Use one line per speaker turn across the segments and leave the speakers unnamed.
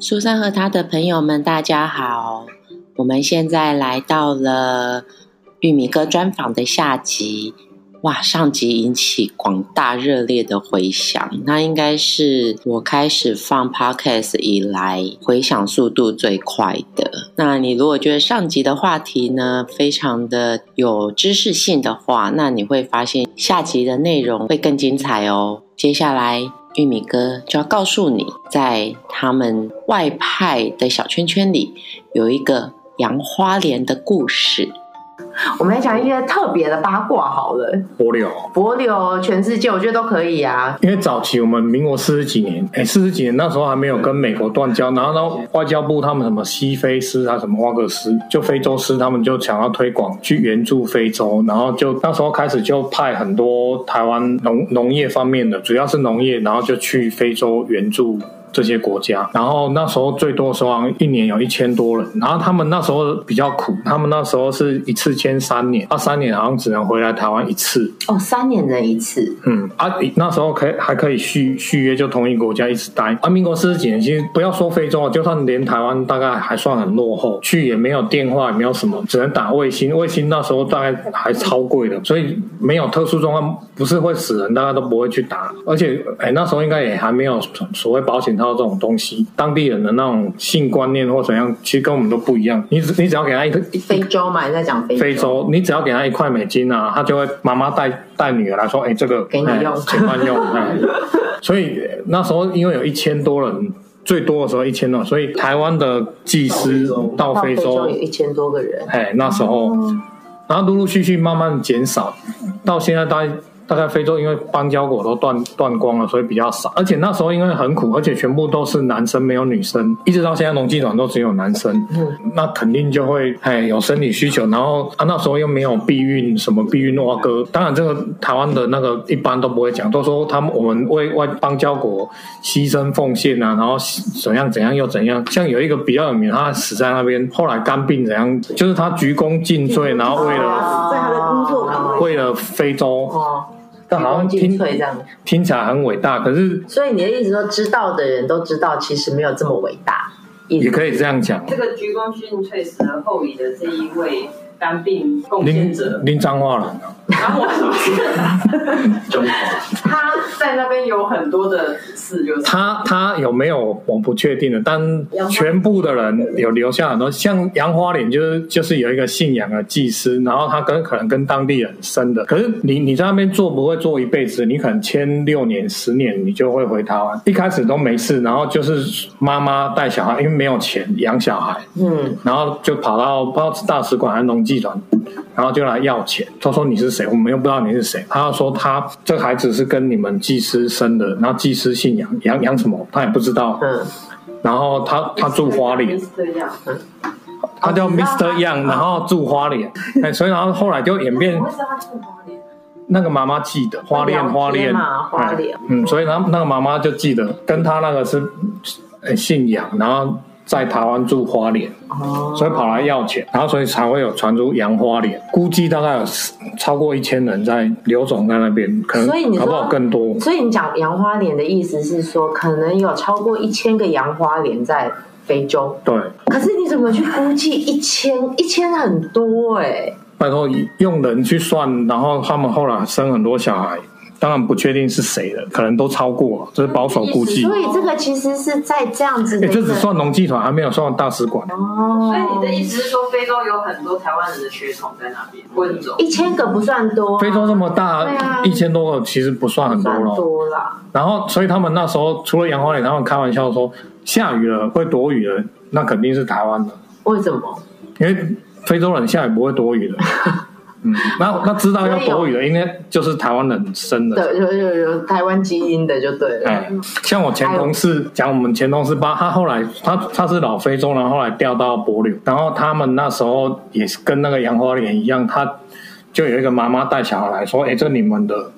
苏珊和她的朋友们，大家好！我们现在来到了玉米哥专访的下集。哇，上集引起广大热烈的回响，那应该是我开始放 podcast 以来回响速度最快的。那你如果觉得上集的话题呢非常的有知识性的话，那你会发现下集的内容会更精彩哦。接下来玉米哥就要告诉你，在他们外派的小圈圈里有一个杨花莲的故事。
我们来讲一些特别的八卦好了，
波流，
柏流全世界我觉得都可以啊。
因为早期我们民国四十几年，哎，四十几年那时候还没有跟美国断交，然后呢，外交部他们什么西非师啊，什么挖克斯，就非洲师，他们就想要推广去援助非洲，然后就那时候开始就派很多台湾农农业方面的，主要是农业，然后就去非洲援助。这些国家，然后那时候最多的时候好像一年有一千多人，然后他们那时候比较苦，他们那时候是一次签三年，那、三年好像只能回来台湾一次，
哦，三年人一次，
嗯，啊，那时候可以还可以续续约，就同一国家一直待。啊，民国四十几年，其实不要说非洲啊，就算连台湾大概还算很落后，去也没有电话，也没有什么，只能打卫星。卫星那时候大概还超贵的，所以没有特殊状况，不是会死人，大家都不会去打。而且，哎、那时候应该也还没有所谓保险套这种东西，当地人的那种性观念或怎样，其实跟我们都不一样。你只你只要给他一个一
非洲嘛，你在讲非洲，
非洲，你只要给他一块美金啊，他就会妈妈带带女儿来说，哎、这个
给你
哎
用
请慢用。 哎所以呃那时候因为有一千多人，最多的时候一千多人，所以台湾的技师到
到非
非
洲哦
洲
有，一千多个人，
哎，那时候，然后陆陆续续慢慢减少，到现在大概大概非洲因为邦交国都断断光了，所以比较少。而且那时候因为很苦，而且全部都是男生，没有女生，一直到现在农技团都只有男生，那肯定就会哎有生理需求。然后啊那时候又没有避孕什么避孕蛙哥，当然这个台湾的那个一般都不会讲，都说他们我们为外邦交国牺牲奉献啊，然后怎样怎样又怎样。像有一个比较有名，他死在那边，后来肝病怎样，就是他鞠躬尽瘁，然后为了。
在他的工作岗位
为了非洲，
哦，
但好像
进
听
退这样。
听起来很伟大，可是
所以你的意思说，知道的人都知道，其实没有这么伟大。
也可以这样讲。
这个鞠躬尽瘁死而后已的这一位肝病贡
拎
献者，
拎脏话了，
关我什么事？ 他在那边有很多的事，就是
啊他他有没有我不确定的，但全部的人有留下很多，像杨花脸就是就是有一个信仰的祭司，然后他跟可能跟当地人生的，可是你你在那边做不会做一辈子，你可能签六年十年你就会回台湾，一开始都没事，然后就是妈妈带小孩，因为没有钱养小孩，
嗯，
然后就跑到不知道是大使馆还是农技团，然后就来要钱。他说你是谁？我们又不知道你是谁。他说他这孩子是跟你们技师生的，然后技师姓杨，杨杨什么他也不 知道。
嗯，
然后他他住花莲，
是这样。
他叫 Mr. Yang，然后住花莲，哎，所以然后后来就演变
我。会知道他住花莲，
那个妈妈记得花莲，花莲
嘛花莲
哎嗯，所以她那个妈妈就记得跟她那个是呃信仰，然后在台湾住花莲，
哦，
所以跑来要钱，然后所以才会有传出杨花脸，估计大概有十超过一千人在刘总在那边，可
所以你
能
说
搞不好更多。
所以你讲杨花莲的意思是说，可能有超过一千个杨花莲在非洲，
对，
可是你怎么去估计一千？一千很多哎、
拜托用人去算，然后他们后来生很多小孩，当然不确定是谁的，可能都超过了，这是保守估计。
所以这个其实是在这样子的
哎，
一个，
这只算农技团，还没有算大使馆。
哦
所以你的意思是说，非洲有很多台湾人的血统在那边温州。
一千个不算多啊、
非洲这么大
对啊，
一千多个其实不算很
不
多
啊算
了。
多啦，
然后，所以他们那时候除了杨花脸，他们开玩笑说下雨了会躲雨了，那肯定是台湾的。
为什么？
因为非洲人下雨不会躲雨的。嗯，那那知道要躲雨的，应该就是台湾人生的。
对，有有有台湾基因的就对了。
哎，像我前同事讲，我们前同事吧，他后来他他是老非洲，然后后来调到帛琉，然后他们那时候也是跟那个杨花莲一样，他就有一个妈妈带小孩来说：“哎，这你们的。”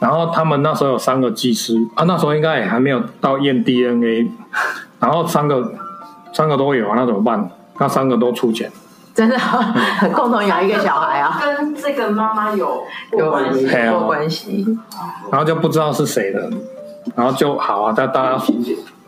然后他们那时候有三个技师啊，那时候应该也还没有到验 DNA，然后三个三个都有啊，那怎么办？那三个都出钱，
真的共同养一个小孩
嗯
啊，
跟这个妈妈 有
有
关系。
哎
有
呦
关系。
然后就不知道是谁的，然后就好啊，大大家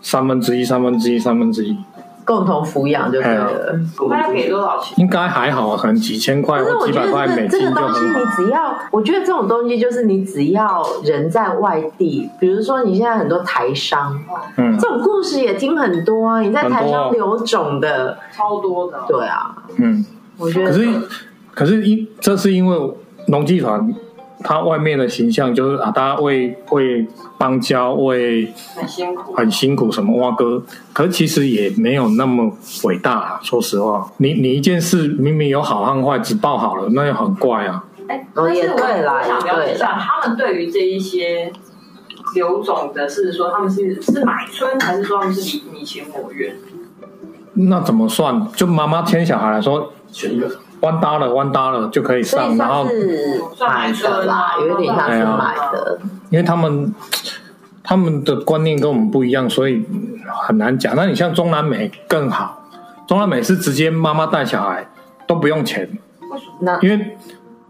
三分之一、三分之一、三分之一，
共同抚养就对
哎
了。
他要给多少钱？
应该还好，啊可能几千块
可是
或
我
几
觉
百块
得
美
这这
金
个
就
东西，
很
你
好。
只要，我觉得这种东西就是你只要人在外地，比如说你现在很多台商，
嗯
这种故事也听很多啊。你在
很多啊
台商留种的，
超多的。哦
对啊，
嗯，
我觉
可
得
是可是因这是因为农集团它外面的形象就是啊，大家为为邦交为
很辛苦。
很辛苦，什么挖哥，可是其实也没有那么伟大、啊。说实话，你你一件事明明有好和坏，只报好了，那也很怪啊。
哎，
哦
但
也
是我
对啦
我想了解
也对啦
一下，他们对于这一些刘总的是说他们是是买春，还是说他们是你你情我愿？
那怎么算？就妈妈牵小孩来说，
选一个，
弯搭了，弯搭了就可以
所
上，
以
然
算
后哎
是买的啦，有点像是买的。
因为他们他们的观念跟我们不一样，所以嗯很难讲。那你像中南美更好，中南美是直接妈妈带小孩都不用钱，
那
因为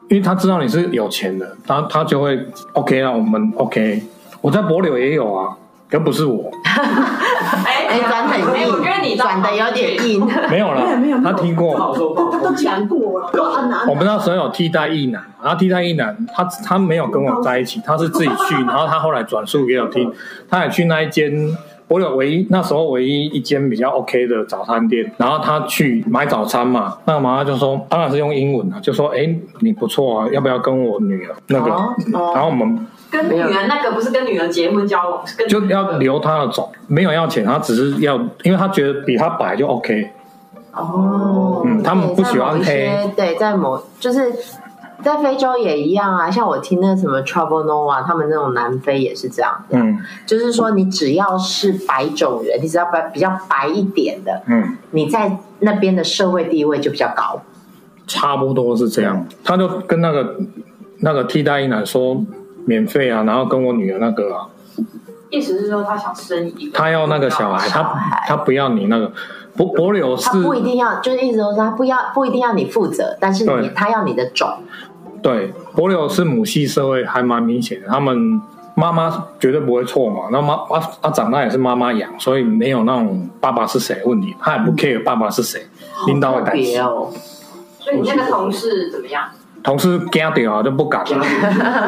因为他知道你是有钱的，他他就会 OK 啊，我们 OK。我在柏柳也有啊，可不是我，
哎
哎，转很
哎
硬，
我觉得你到
转的有点。硬。
没有啦，
没有没
他
有
听过
不。好说，不好
都
说。
讲过了，都安安
我们那时候有替代一男，然后替代一男，他他没有跟我在一起，他是自己去，然后他后来转述给我听，他也去那一间，我有唯一那时候唯一一间比较 OK 的早餐店，然后他去买早餐嘛，那个妈妈就说，当然是用英文啊，就说，哎、你不错啊，要不要跟我女儿那个？
哦哦
然后我们
跟女儿那个不是跟女儿结婚交往，是跟
就要留他的种，没有要钱，他只是要，因为他觉得比他白就 OK，
哦
嗯他们不喜欢黑
对，在某就是在非洲也一样啊，像我听那什么 Trouble Nova，他们那种南非也是这样，
嗯
就是说你只要是白种人，你只要白比较白一点的，
嗯，
你在那边的社会地位就比较高。
差不多是这样。他就跟那个那个替代一男说免费啊，然后跟我女儿那个、啊，
意思是说他想生一个，
他要那个小孩，他
小孩
他不要你那个。柏柏柳是
他不一定要，就是意思说他不要不一定要你负责，但是你
对
他要你的种，
对柏柳是母系社会，还蛮明显的。他们妈妈绝对不会错嘛，那妈啊啊长大也是妈妈养，所以没有那种爸爸是谁的问题，他也不 care 爸爸是谁，领导
嗯特
会担
别
心。
哦。
所以你那个同事怎么样？
同事惊掉啊，就不 敢了。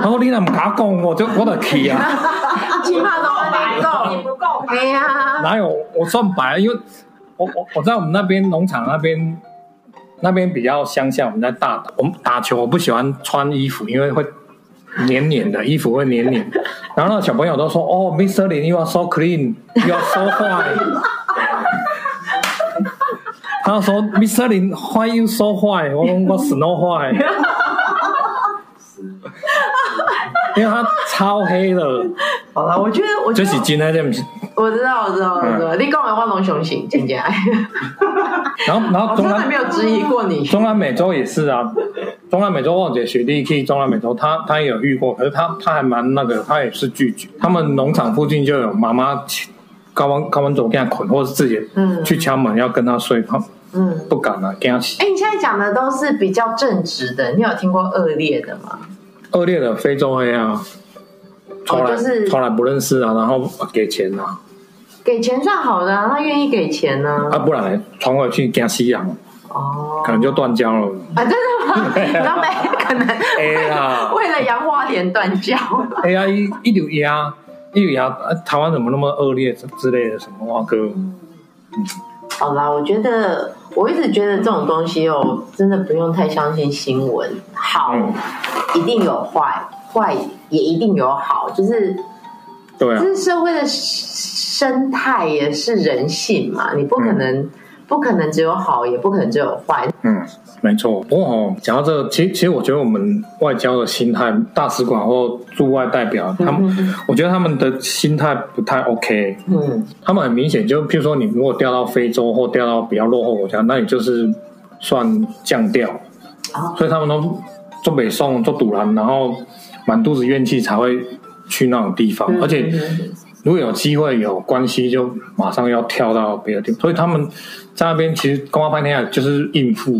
他说：“你若唔敢讲，我就我就去啊。”
金发都
哦白
白
你不够白
哎呀，
哪有我算白？因为我我我在我们那边农场那边那边比较乡下，我们在大打我们打球，我不喜欢穿衣服，因为会黏黏的，衣服会黏黏。然后那个小朋友都说：“ 哦，Mr. Lin, you are so clean, you are so white。”他就说：“Mr. Lin, why you so white？” 我说：“我 snow white。”因为他超黑的，
好了，我觉得我觉
这
得
是嗯今天这不是。
我知道，我知道，我知道，你讲的我拢相信，真正。
然后，然后
我
中
真
南
的没有质
嗯
疑过你。
中南美洲也是啊，中南美洲旺姐学弟去中南美洲，他他也有遇过，可是他他还蛮那个，他也是拒绝。他们农场附近就有妈妈高温高温走给他捆，或是自己
嗯
去敲门要跟他睡，他
嗯，
不敢啊，跟他
哎、你现在讲的都是比较正直的，你有听过恶劣的吗？
恶劣的非洲黑啊，从来、
哦就是
从来不认识啊，然后给钱啊，
给钱算好的、啊，他愿意给钱呢、
啊不然传回去给他吸氧，
哦，
可能就断交 了。
啊，真的 吗？那没可能。
哎呀
为了杨花莲断 交，
哎呀，一一流牙，一流牙，啊台湾怎么那么恶劣之类的什么哇哥，
好啦，我觉得我一直觉得这种东西哦，真的不用太相信新闻，好、
嗯
一定有坏，坏也一定有好，就是
对啊
这。是社会的生态，也是人性嘛。你不可能，不可能只有好，也不可能只有坏。
嗯，没错。不过哦，讲到这个，其实其实我觉得我们外交的心态，大使馆或驻外代表，他们，我觉得他们的心态不太 OK。
嗯，
他们很明显就，譬如说你如果调到非洲或调到比较落后国家，那你就是算降调。
哦
所以他们都做北宋、做赌兰，然后满肚子怨气才会去那种地方，而且。
嗯
如果有机会有关系，就马上要跳到别的地方，所以他们在那边其实光花半天啊就是应付，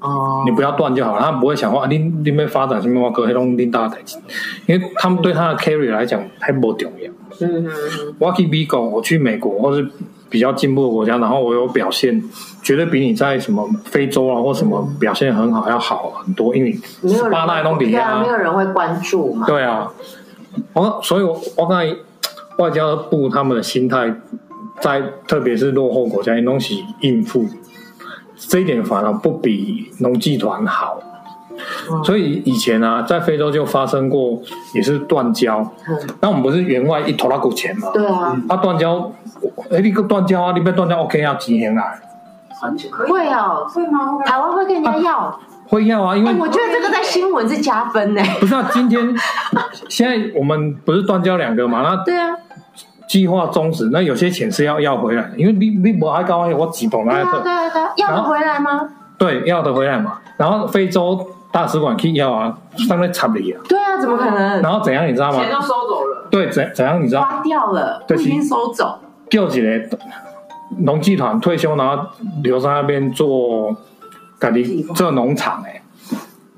哦，
你不要断就好了。他不会想话，啊你你们发展什么歌，那种你大代志，因为他们对他的 carry 来讲太不重要。
嗯嗯
我去美国，我去美国或是比较进步的国家，然后我有表现，绝对比你在什么非洲啊或什么表现很好要好很多，因为
嗯，没有
十八大
人
拢
会
比
对啊，
啊
没。有人会关注嘛。
对啊，我所以我，我刚才外交部他们的心态在，特别是落后国家，东西应付这一点反而不比农技团好。
嗯
所以以前啊，在非洲就发生过，也是断交。
嗯
那我们不是员外一头拉股钱嘛？
对啊，
啊，断交，哎、你个断交啊，你别断交，OK 啊，钱行啊，
可以
会哦，
会吗？
台湾会跟人家要。
会要啊，因为
哎、我觉得这个在新闻是加分呢、
不是啊，今 天现在我们不是断交两个嘛？那
对啊，
计划终止，那有些钱是要要回来的，因为你你不爱高我几捧
对
来
啊，对
特，
啊，对啊，要得回来吗？
对，要得回来嘛。然后非洲大使馆去要啊，上面插你啊，
对啊，怎么可能？
然后怎样你知道吗
钱？都收走了，
对，怎怎样你知道？
花掉了，不
对
一定收走。
救几个农技团退休，然后留在那边做，家己做农场诶、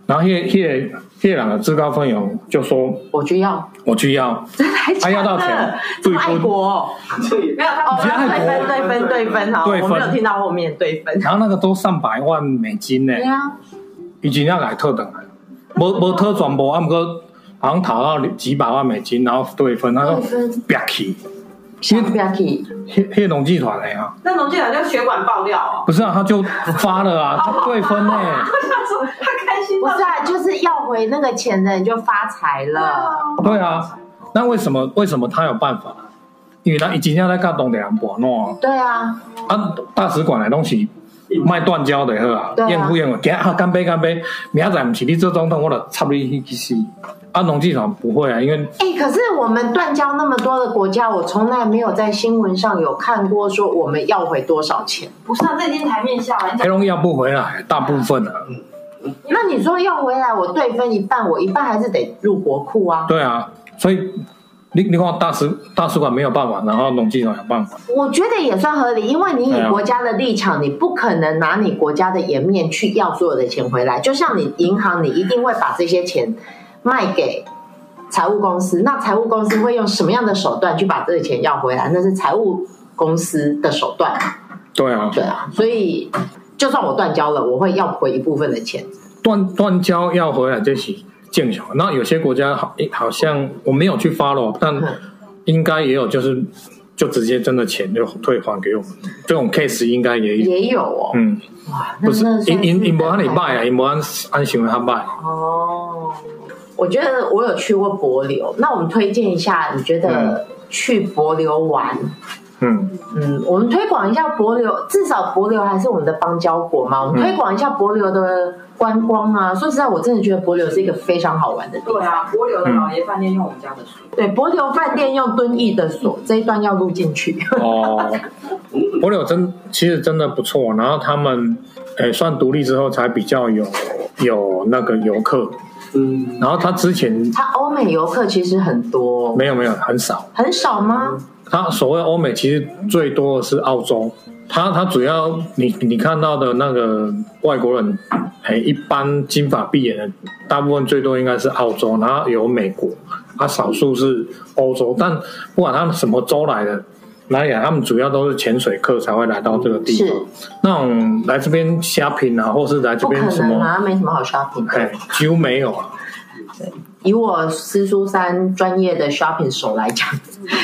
然后迄、迄个、迄个两个至高分友就说
我就要，
我去要，
真的还假
他
的？
要到钱，
这
对
么爱
分，
国哦、
对，没有
哦
他
你觉得
对
爱国
分对分对分好，
对
我
分
没有听到后面对分。
然后那个都上百万美金欸呢、
对啊，
伊真正来特等来，无无特全部，啊，毋过好像讨到几百万美金，然后对分，然后
对分
白去，
想不要去，
迄迄农集团的啊，
那农建长就血管爆掉哦。
不是啊，他就发了啊，他对分 呢、
我想说 他开心
不
到
是啊，就是要回那个钱的人就发财了。
对啊，那为什么为什么他有办法？因为他伊真正在甲当地人博喏，
对啊，
啊，大使馆的东西卖断交的好啊
对啊，
宴付宴付，今啊干杯干杯，明仔载毋是你做总统，我就插你去死。啊，农集团不会啊，因为
哎、可是我们断交那么多的国家，我从来没有在新闻上有看过说我们要回多少钱。
不是啊，这已经台面下了，你
黑
讲
龙要不回来，大部分啊，
那你说要回来，我对分一半，我一半还是得入国库啊。
对啊，所以你你看大使大使馆没有办法，然后农技馆有办法，
我觉得也算合理，因为你
对
以
啊
国家的立场，你不可能拿你国家的颜面去要所有的钱回来。就像你银行，你一定会把这些钱卖给财务公司，那财务公司会用什么样的手段去把这个钱要回来？那是财务公司的手段，
对啊，
对啊。所以，就算我断交了，我会要回一部分的钱。
断断交要回来这是正常。那有些国家好诶好像我没有去 follow，但
嗯
应该也有就是就直接真的钱就退还给我们，这种 case 应该也有。
也有哦，
嗯，
哇，那
不是
那，算
因因因无
是
安尼拜啊，因无安安行为他拜。
哦，我觉得我有去过柏流，那我们推荐一下，你觉得去柏流玩？
嗯，
嗯，我们推广一下柏流，至少柏流还是我们的邦交国嘛，我
嗯
们推广一下柏流的观光啊。说实在，我真的觉得柏流是一个非常好玩的地方。
对啊，我有的老
嗯
爷饭店用我们家的水，
对，柏流饭店用敦义的锁这一段要录进去。
哦，柏柳真其实真的不错，然后他们诶算独立之后才比较有有那个游客，
嗯，
然后他之 前
它欧美游客其实很多，
没有没有很少，
很少吗？
它所谓欧美其实最多的是澳洲，它它主要你你看到的那个外国人，哎，一般金发碧眼的，大部分最多应该是澳洲，然后有美国，啊，少数是欧洲，但不管他们什么州来的，来讲他们主要都是潜水客才会来到这个地
是
方，那种来这边 shopping 啊，或是来这
不可
边什
能
么，
啊，没什么好 shopping 的
哎，几乎没有啊，
以我师叔三专业的 shopping 手来讲，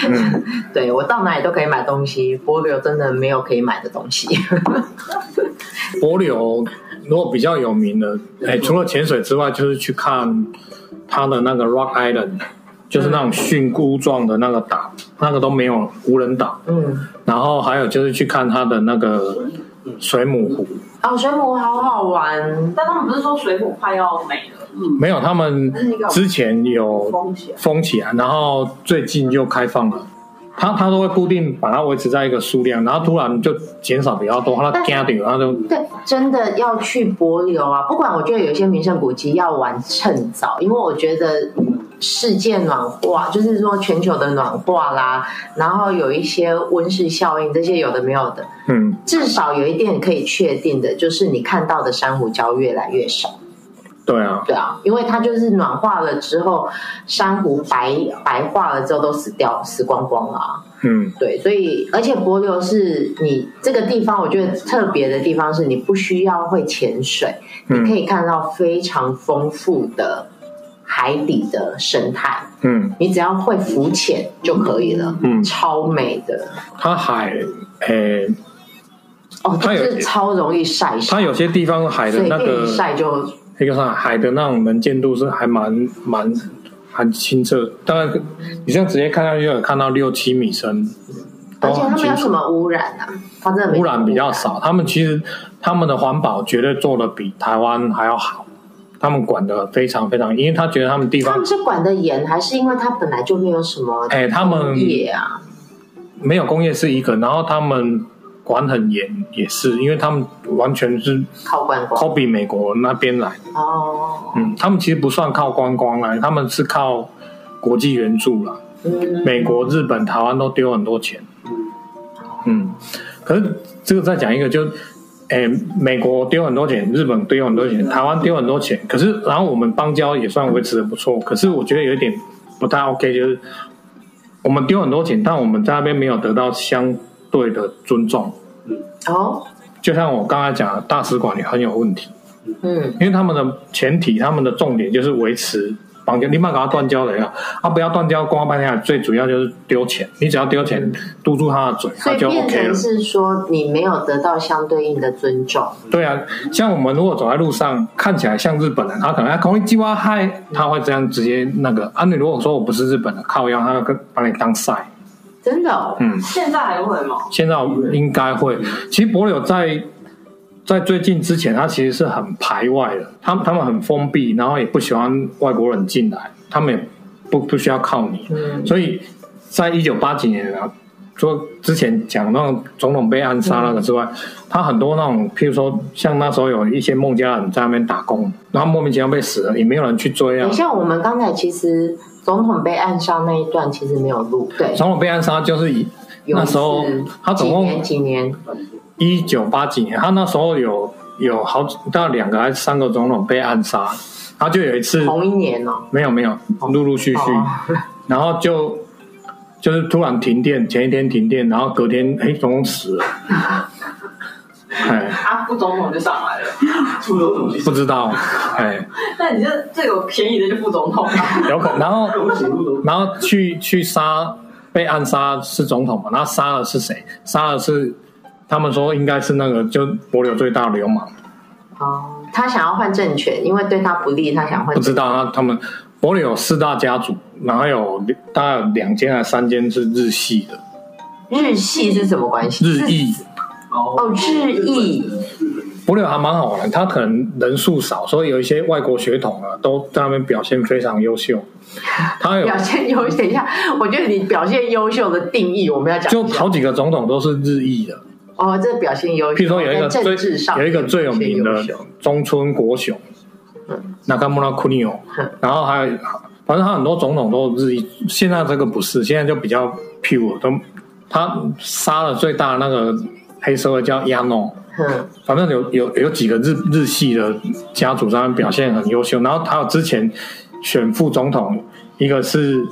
嗯，
对我到哪里都可以买东西，波流真的没有可以买的东西。
柏柳如果比较有名的，哎，除了潜水之外，就是去看它的那个 Rock Island，就是那种蕈菇状的那个岛，那个都没有无人岛。
嗯，
然后还有就是去看它的那个水母湖，
哦，水母好好玩，
但他们不是说水母快要没了，
没有他们之前有
封起来。
封起来，然后最近又开放了。它它都会固定把它维持在一个数量，然后突然就减少比较多，它惊掉，它就
对，真的要去柏流啊！不管我觉得有一些名胜古迹要玩趁早，因为我觉得世界暖化，就是说全球的暖化啦，然后有一些温室效应这些有的没有的，
嗯，
至少有一点可以确定的，就是你看到的珊瑚礁越来越少。
对啊，
对啊，因为它就是暖化了之后，珊瑚白白化了之后都死掉，死光光了、啊。
嗯，
对，所以而且帛琉是你这个地方，我觉得特别的地方是你不需要会潜水，你
嗯
可以看到非常丰富的海底的生态，
嗯，
你只要会浮潜就可以了，
嗯
超美的
它海，诶、
哦，
它
就
有
是超容易晒伤，
它有些地方海的
随
那
便
个
一晒就
那个啥，海的那种能见度是还蛮蛮蛮清澈，当然你这样直接看下去，有看到六七米深，都
而且它
很
没
清
有什
楚。
么污染啊，它真的没
污
什么
染比较少，他们其实他们的环保绝对做的比台湾还要好，他们管的非常非常，因为他觉得他们地
他
方
们是管的严，还是因为他本来就没有什么
哎他们
业啊？
没有工业是一个，然后他们管很严也是，因为他们完全是
靠观光
copy 美国那边来，
哦，
嗯，他们其实不算靠观光来，他们是靠国际援助啦，
嗯，
美国、日本、台湾都丢很多钱。嗯，可是这个再讲一个就，诶，美国丢很多钱，日本丢很多钱，台湾丢很多钱。可是，然后我们邦交也算维持的不错，可是我觉得有一点不太 OK，就是我们丢很多钱，但我们在那边没有得到相对的尊重。
哦，
就像我刚才讲的，大使馆也很有问题，
嗯，
因为他们的前提、他们的重点就是维持邦交，你不要给他断交了呀，啊，不要断交，光半天，最主要就是丢钱，你只要丢钱堵住他的嘴，
所
他
以
就
变
OK 了
成。是说你没有得到相对应的尊重，
对啊，像我们如果走在路上，看起来像日本人，他可能啊，孔一基哇嗨，他会这样直接那个啊。你如果说我不是日本人，靠腰，他会跟把你当赛。
真的、哦，
嗯，
现在还会吗？
现在应该会。其实博柳在在最近之前，他其实是很排外的，他他们很封闭，然后也不喜欢外国人进来，他们也不不需要靠你。
嗯
所以在一九八几年啊，说之前讲那种总统被暗杀那个之外，他很多那种，譬如说像那时候有一些孟加拉人在那边打工，然后莫名其妙被死了，也没有人去追啊
等。像我们刚才其实总统被暗杀那一段其实没有录，对，
总统被暗杀就是以
有
那时候
是
他总
几
共
年几年，
一九八几年，他那时候有有好几大概两个还是三个总统被暗杀，然后就有一次
同一年哦，
没有没有，陆陆续续，
哦
然后就就是突然停电，前一天停电，然后隔天哎总共死了，哎
啊，副总统就上来了，
出了东西，
不知道，哎
那你这这有便宜的就副总统啊，
有可能，然后
东西路都
然后去去杀被暗杀是总统嘛，然后杀的是谁？杀的是他们说应该是那个就柏流最大的流氓。
哦，他想要换政权，因为对他不利，他想换
不
政
知
权，
道他他们柏林有四大家族，然后有大概有两间还是三间是日系的，
日系是什么关系？
日裔。
哦，日裔，
柏林还蛮好玩，他可能人数少，所以有一些外国血统啊，都在那边表现非常优秀。他 有
表现优，
嗯
等一下，我觉得你表现优秀的定义我们要讲
就
一下
好几个总统都是日裔的，
哦，这表现优秀，
譬如说有一个
在
最
政治上
有一个最有名
表
的
现优秀
中村国雄
嗯，
那甘木拉库尼奥
嗯，
然后还有反正他很多总统都是日裔，现在这个不是，现在就比较 pure，都他杀了最大的那个黑社会叫亚诺，
嗯，
反正有有有几个日日系的家族，他们表现很优秀。然后还有之前选副总统，一个是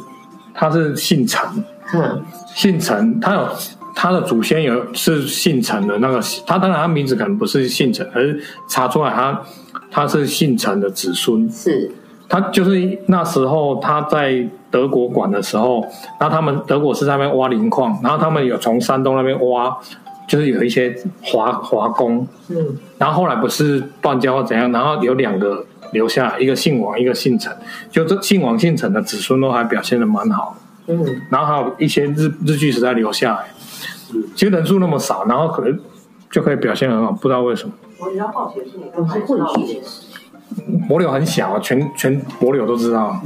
他是姓陈，
嗯
姓陈，他有他的祖先有是姓陈的那个，他当然他名字可能不是姓陈，而是查出来他他是姓陈的子孙。
是
他就是那时候他在德国管的时候，然后他们德国是在那边挖磷矿，然后他们有从山东那边挖，就是有一些华华工，
嗯
然后后来不是断交或怎样，然后有两个留下来，一个姓王，一个姓陈，就这姓王姓陈的子孙都还表现的蛮好，
嗯
然后还有一些日日剧时代留下来，其实人数那么少，然后可能就可以表现得很好，不知道为什么。
我比较好奇的是你刚才知道这件事，
柏柳很小啊，全全柏柳都知道，啊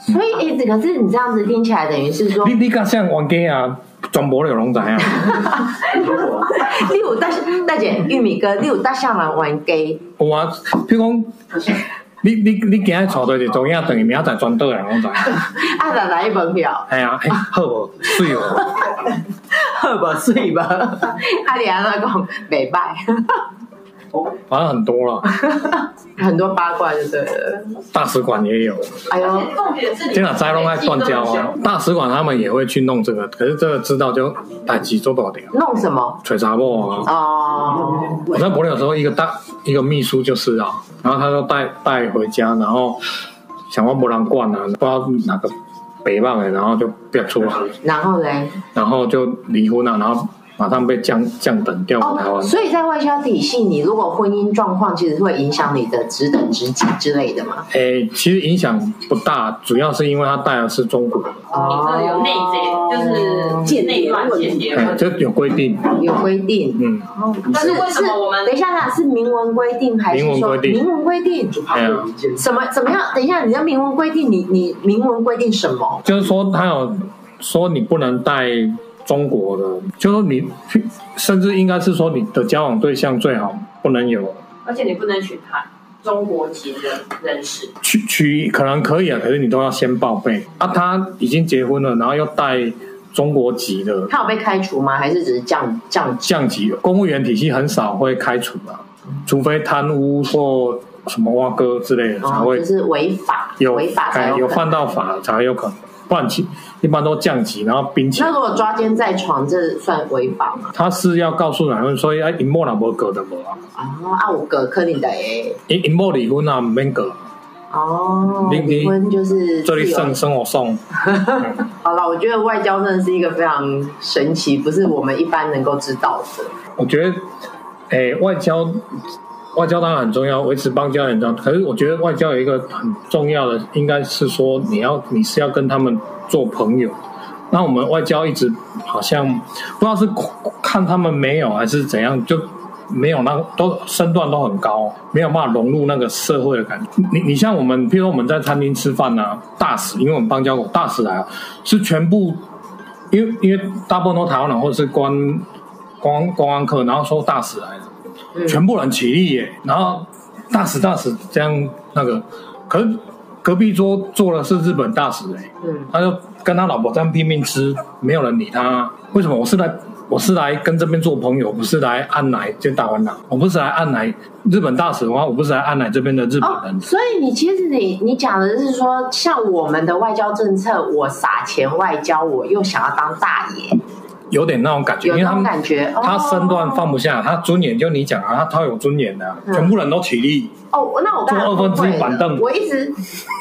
所以诶，可是你这样子听起来，等于是说
你，你敢像王家啊，全柏柳拢知 啊。
你有大大姐玉米哥，你有大象来玩 gay，
有啊，譬如讲，你你你今日娶到一个中影，等于明仔载转倒来，我知。
啊，来来门 票，
哎呀，嘿好无水哦，
好无水无？ 啊，你安怎讲袂歹，
反正很多了，
很多八卦就对了。
大使馆也有。
哎
而
呦
且， 重点是你
天哪，灾弄爱断交啊！
啊！
大使馆他们也会去弄这个，可是这个知道就代志做不掉，
弄什么？
吹查某啊。
哦，
我在柏林的时候，一个大一个秘书就是啊，然后他就带带回家，然后想要没人管啊，不知道哪个北棒的，然后就变出来，
然后嘞，
然后就离婚了，然后马上被降降等调回台
哦，
湾。
所以在外交体系，你如果婚姻状况，其实会影响你的职等职级之类的嘛。
诶、其实影响不大，主要是因为他带的是中国，
你这里有内贼，就是内乱间谍
诶、
嗯
问题。
这有规定，
有规定。
嗯，
但是为什么我们
等一下，那是明文规定还是
明文
说
规定
明文规定？
哎呀
什么怎么样？等一下，你的明文规定，你你明文规定什么？
就是说他有说你不能带中国的，就是说你去，甚至应该是说你的交往对象最好不能有
而且你不能娶台中国籍的人士，
娶娶可能可以啊，可是你都要先报备啊。他已经结婚了，然后又带中国籍的
他有被开除吗？还是只是降降职？
降级，公务员体系很少会开除啊，除非贪污或什么挖哥之类的才
哦，
会
就是违法，
啊有
违法才
哎有
有可能。
犯到法才有可能，不然其一般都降级，然后并且
那如果抓奸在床，这算违法吗？
他是要告诉男人说，哎，你莫那无搞的无啊。
哦，啊，我哥克林的哎诶，
因因某离婚啊，毋免过，
哦，
你你
离婚就是哦
做你
自由
生生活送。
好了，我觉得外交真的是一个非常神奇，不是我们一般能够知道的。
我觉得，诶、外交外交当然很重要，维持邦交也很重要。可是我觉得外交有一个很重要的，应该是说你要你是要跟他们做朋友。那我们外交一直好像不知道是看他们没有还是怎样，就没有那都身段都很高，没有办法融入那个社会的感觉。你你像我们，譬如说我们在餐厅吃饭啊，大使，因为我们邦交国大使来啊，是全部，因为因为大部分都台湾人或是关公公安课，然后说大使来了，
嗯
全部人起立耶，然后大使大使这样那个，可是隔壁桌坐的是日本大使哎，
嗯，
他就跟他老婆这样拼命吃，没有人理他，为什么？我是来我是来跟这边做朋友，不是来按奶就打完了，我不是来按奶日本大使的话，我不是来按奶这边的日本
哦
人，，
所以你其实你你讲的是说，像我们的外交政策，我撒钱外交，我又想要当大爷，
有点那种感觉，
有
因为
那
他
种
们。
感觉。哦
他身段放不下，他尊严就你讲啊，他他有尊严的啊、
嗯
全部人都起立，
哦，那我刚才
坐二分之一
误会了
板凳
我一直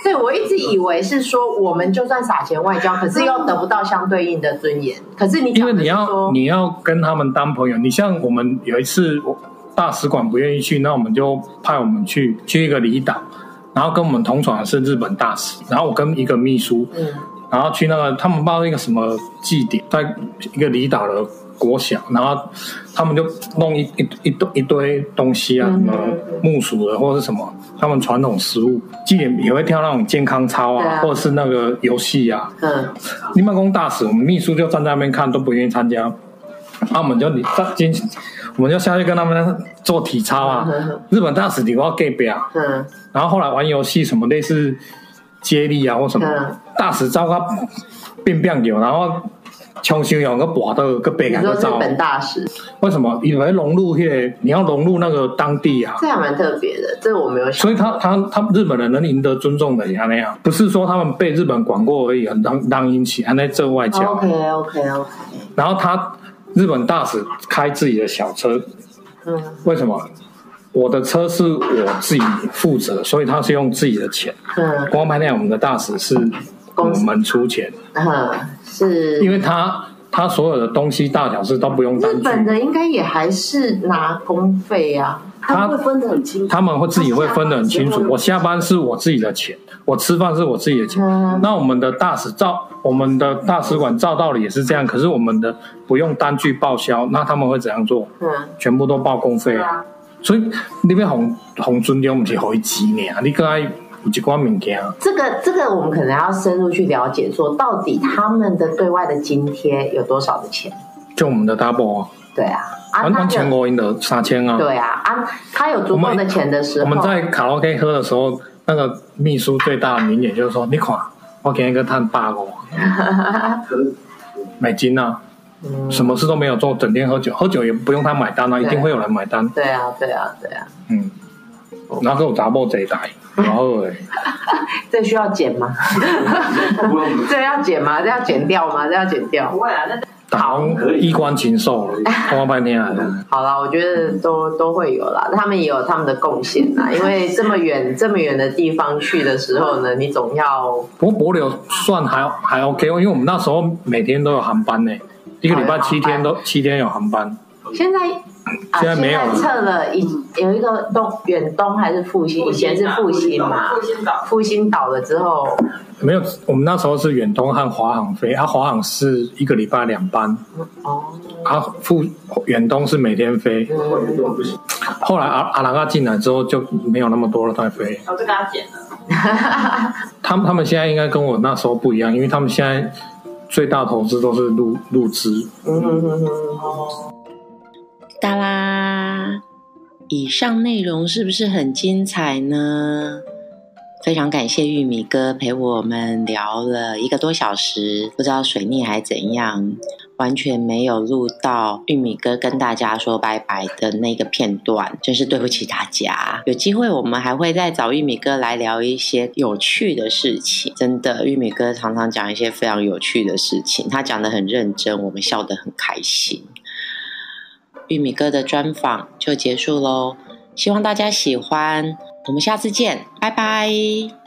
对我一直以为是说，我们就算撒钱外交，可是又得不到相对应的尊严。可是你
因
讲
为
的
你
是
要
说，
你要跟他们当朋友。你像我们有一次，我大使馆不愿意去，那我们就派我们去去一个离岛，然后跟我们同船的是日本大使，然后我跟一个秘书，
嗯
然后去那个他们报一个什么祭典，在一个离岛的国小，然后他们就弄一一一堆一堆东西啊，什
嗯
么木薯的或者是什么他们传统食物，祭典也会跳那种健康操
对
啊，
啊
或者是那个游戏啊。
嗯，
另外，公大使，我们秘书就站在那边看，都不愿意参加。啊，我们就你今我们就下去跟他们做体操啊
嗯嗯嗯。
日本大使你我隔壁啊，
嗯
然后后来玩游戏什么类似接力啊或什么，
嗯
大使照个变变球，然后冲修有个跋到个背
你
两
说
个
日
照。
本大使，
为什么？因为融入那个你要融入那个当地啊。
这还蛮特别的，这我没有想
所以他他他日本人能赢得尊重的也那样，不是说他们被日本管过而已啊，当当引起还在这外交。啊
哦 OK OK OK，
然后他日本大使开自己的小车，
嗯
为什么？我的车是我自己负责，所以他是用自己的钱。
嗯
光拍那我们的大使是我
公司
们出钱，
嗯，是
因为他他所有的东西大小事都不用
日
单
本
据，
的应该也还是拿公费啊，
他
会分得很清楚。
他们会自己会分得很清楚。我下班是我自己的钱，我吃饭是我自己的钱。
嗯
那我们的大使照，我们的大使馆照道理也是这样，可是我们的不用单据报销，那他们会怎样做？
嗯，
全部都报公费
对
啊。
啊，
所以你要红红尊重毋是互伊钱尔，啊你搁爱有一寡物件。啊
这个这个我们可能要深入去了解，说到底他们的对外的津贴有多少的钱？
就我们的 double 啊，
对啊，啊，
完
他
完全
有
国赢得三千啊。
对啊，啊，他有足够的钱的时候，
我们在卡拉 OK 喝的时候，那个秘书最大的名言就是说：“你看，我给一个探八 个美金啊，
嗯，
什么事都没有做，整天喝酒，喝酒也不用他买单啊，一定会有人买单。
对啊，对啊，对啊，”
嗯，然后我砸破贼 来，然后哎诶，
这需要剪吗？
不用
这要剪吗？这要剪掉吗？这要剪掉
不。会啊，那
打衣冠禽 兽了，拖半天来了。
好啦，我觉得都都会有啦，他们也有他们的贡献啦。因为这么远这么远的地方去的时候呢，你总要
不过柏柳算还还 OK，因为我们那时候每天都有航班呢，一个礼拜七天都七天有航班。
现在啊，
现在没有了
测了一有一个东远东还是复兴，以前是复兴嘛，
啊复兴啊岛，
复兴倒了之后，
没有，我们那时候是远东和华航飞，啊，华航是一个礼拜两班，
哦，嗯
啊，复远东是每天飞。
运动不行，
后来阿阿兰嘎进来之后就没有那么多了在飞，
我就给他剪了。
他们他们现在应该跟我那时候不一样，因为他们现在最大投资都是入入资，
嗯哼哼哼
哒啦！以上内容是不是很精彩呢？非常感谢玉米哥陪我们聊了一个多小时，不知道水逆还怎样，完全没有录到玉米哥跟大家说拜拜的那个片段，真是对不起大家。有机会我们还会再找玉米哥来聊一些有趣的事情。真的，玉米哥常常讲一些非常有趣的事情，他讲的很认真，我们笑得很开心。玉米哥的专访就结束喽，希望大家喜欢，我们下次见，拜拜。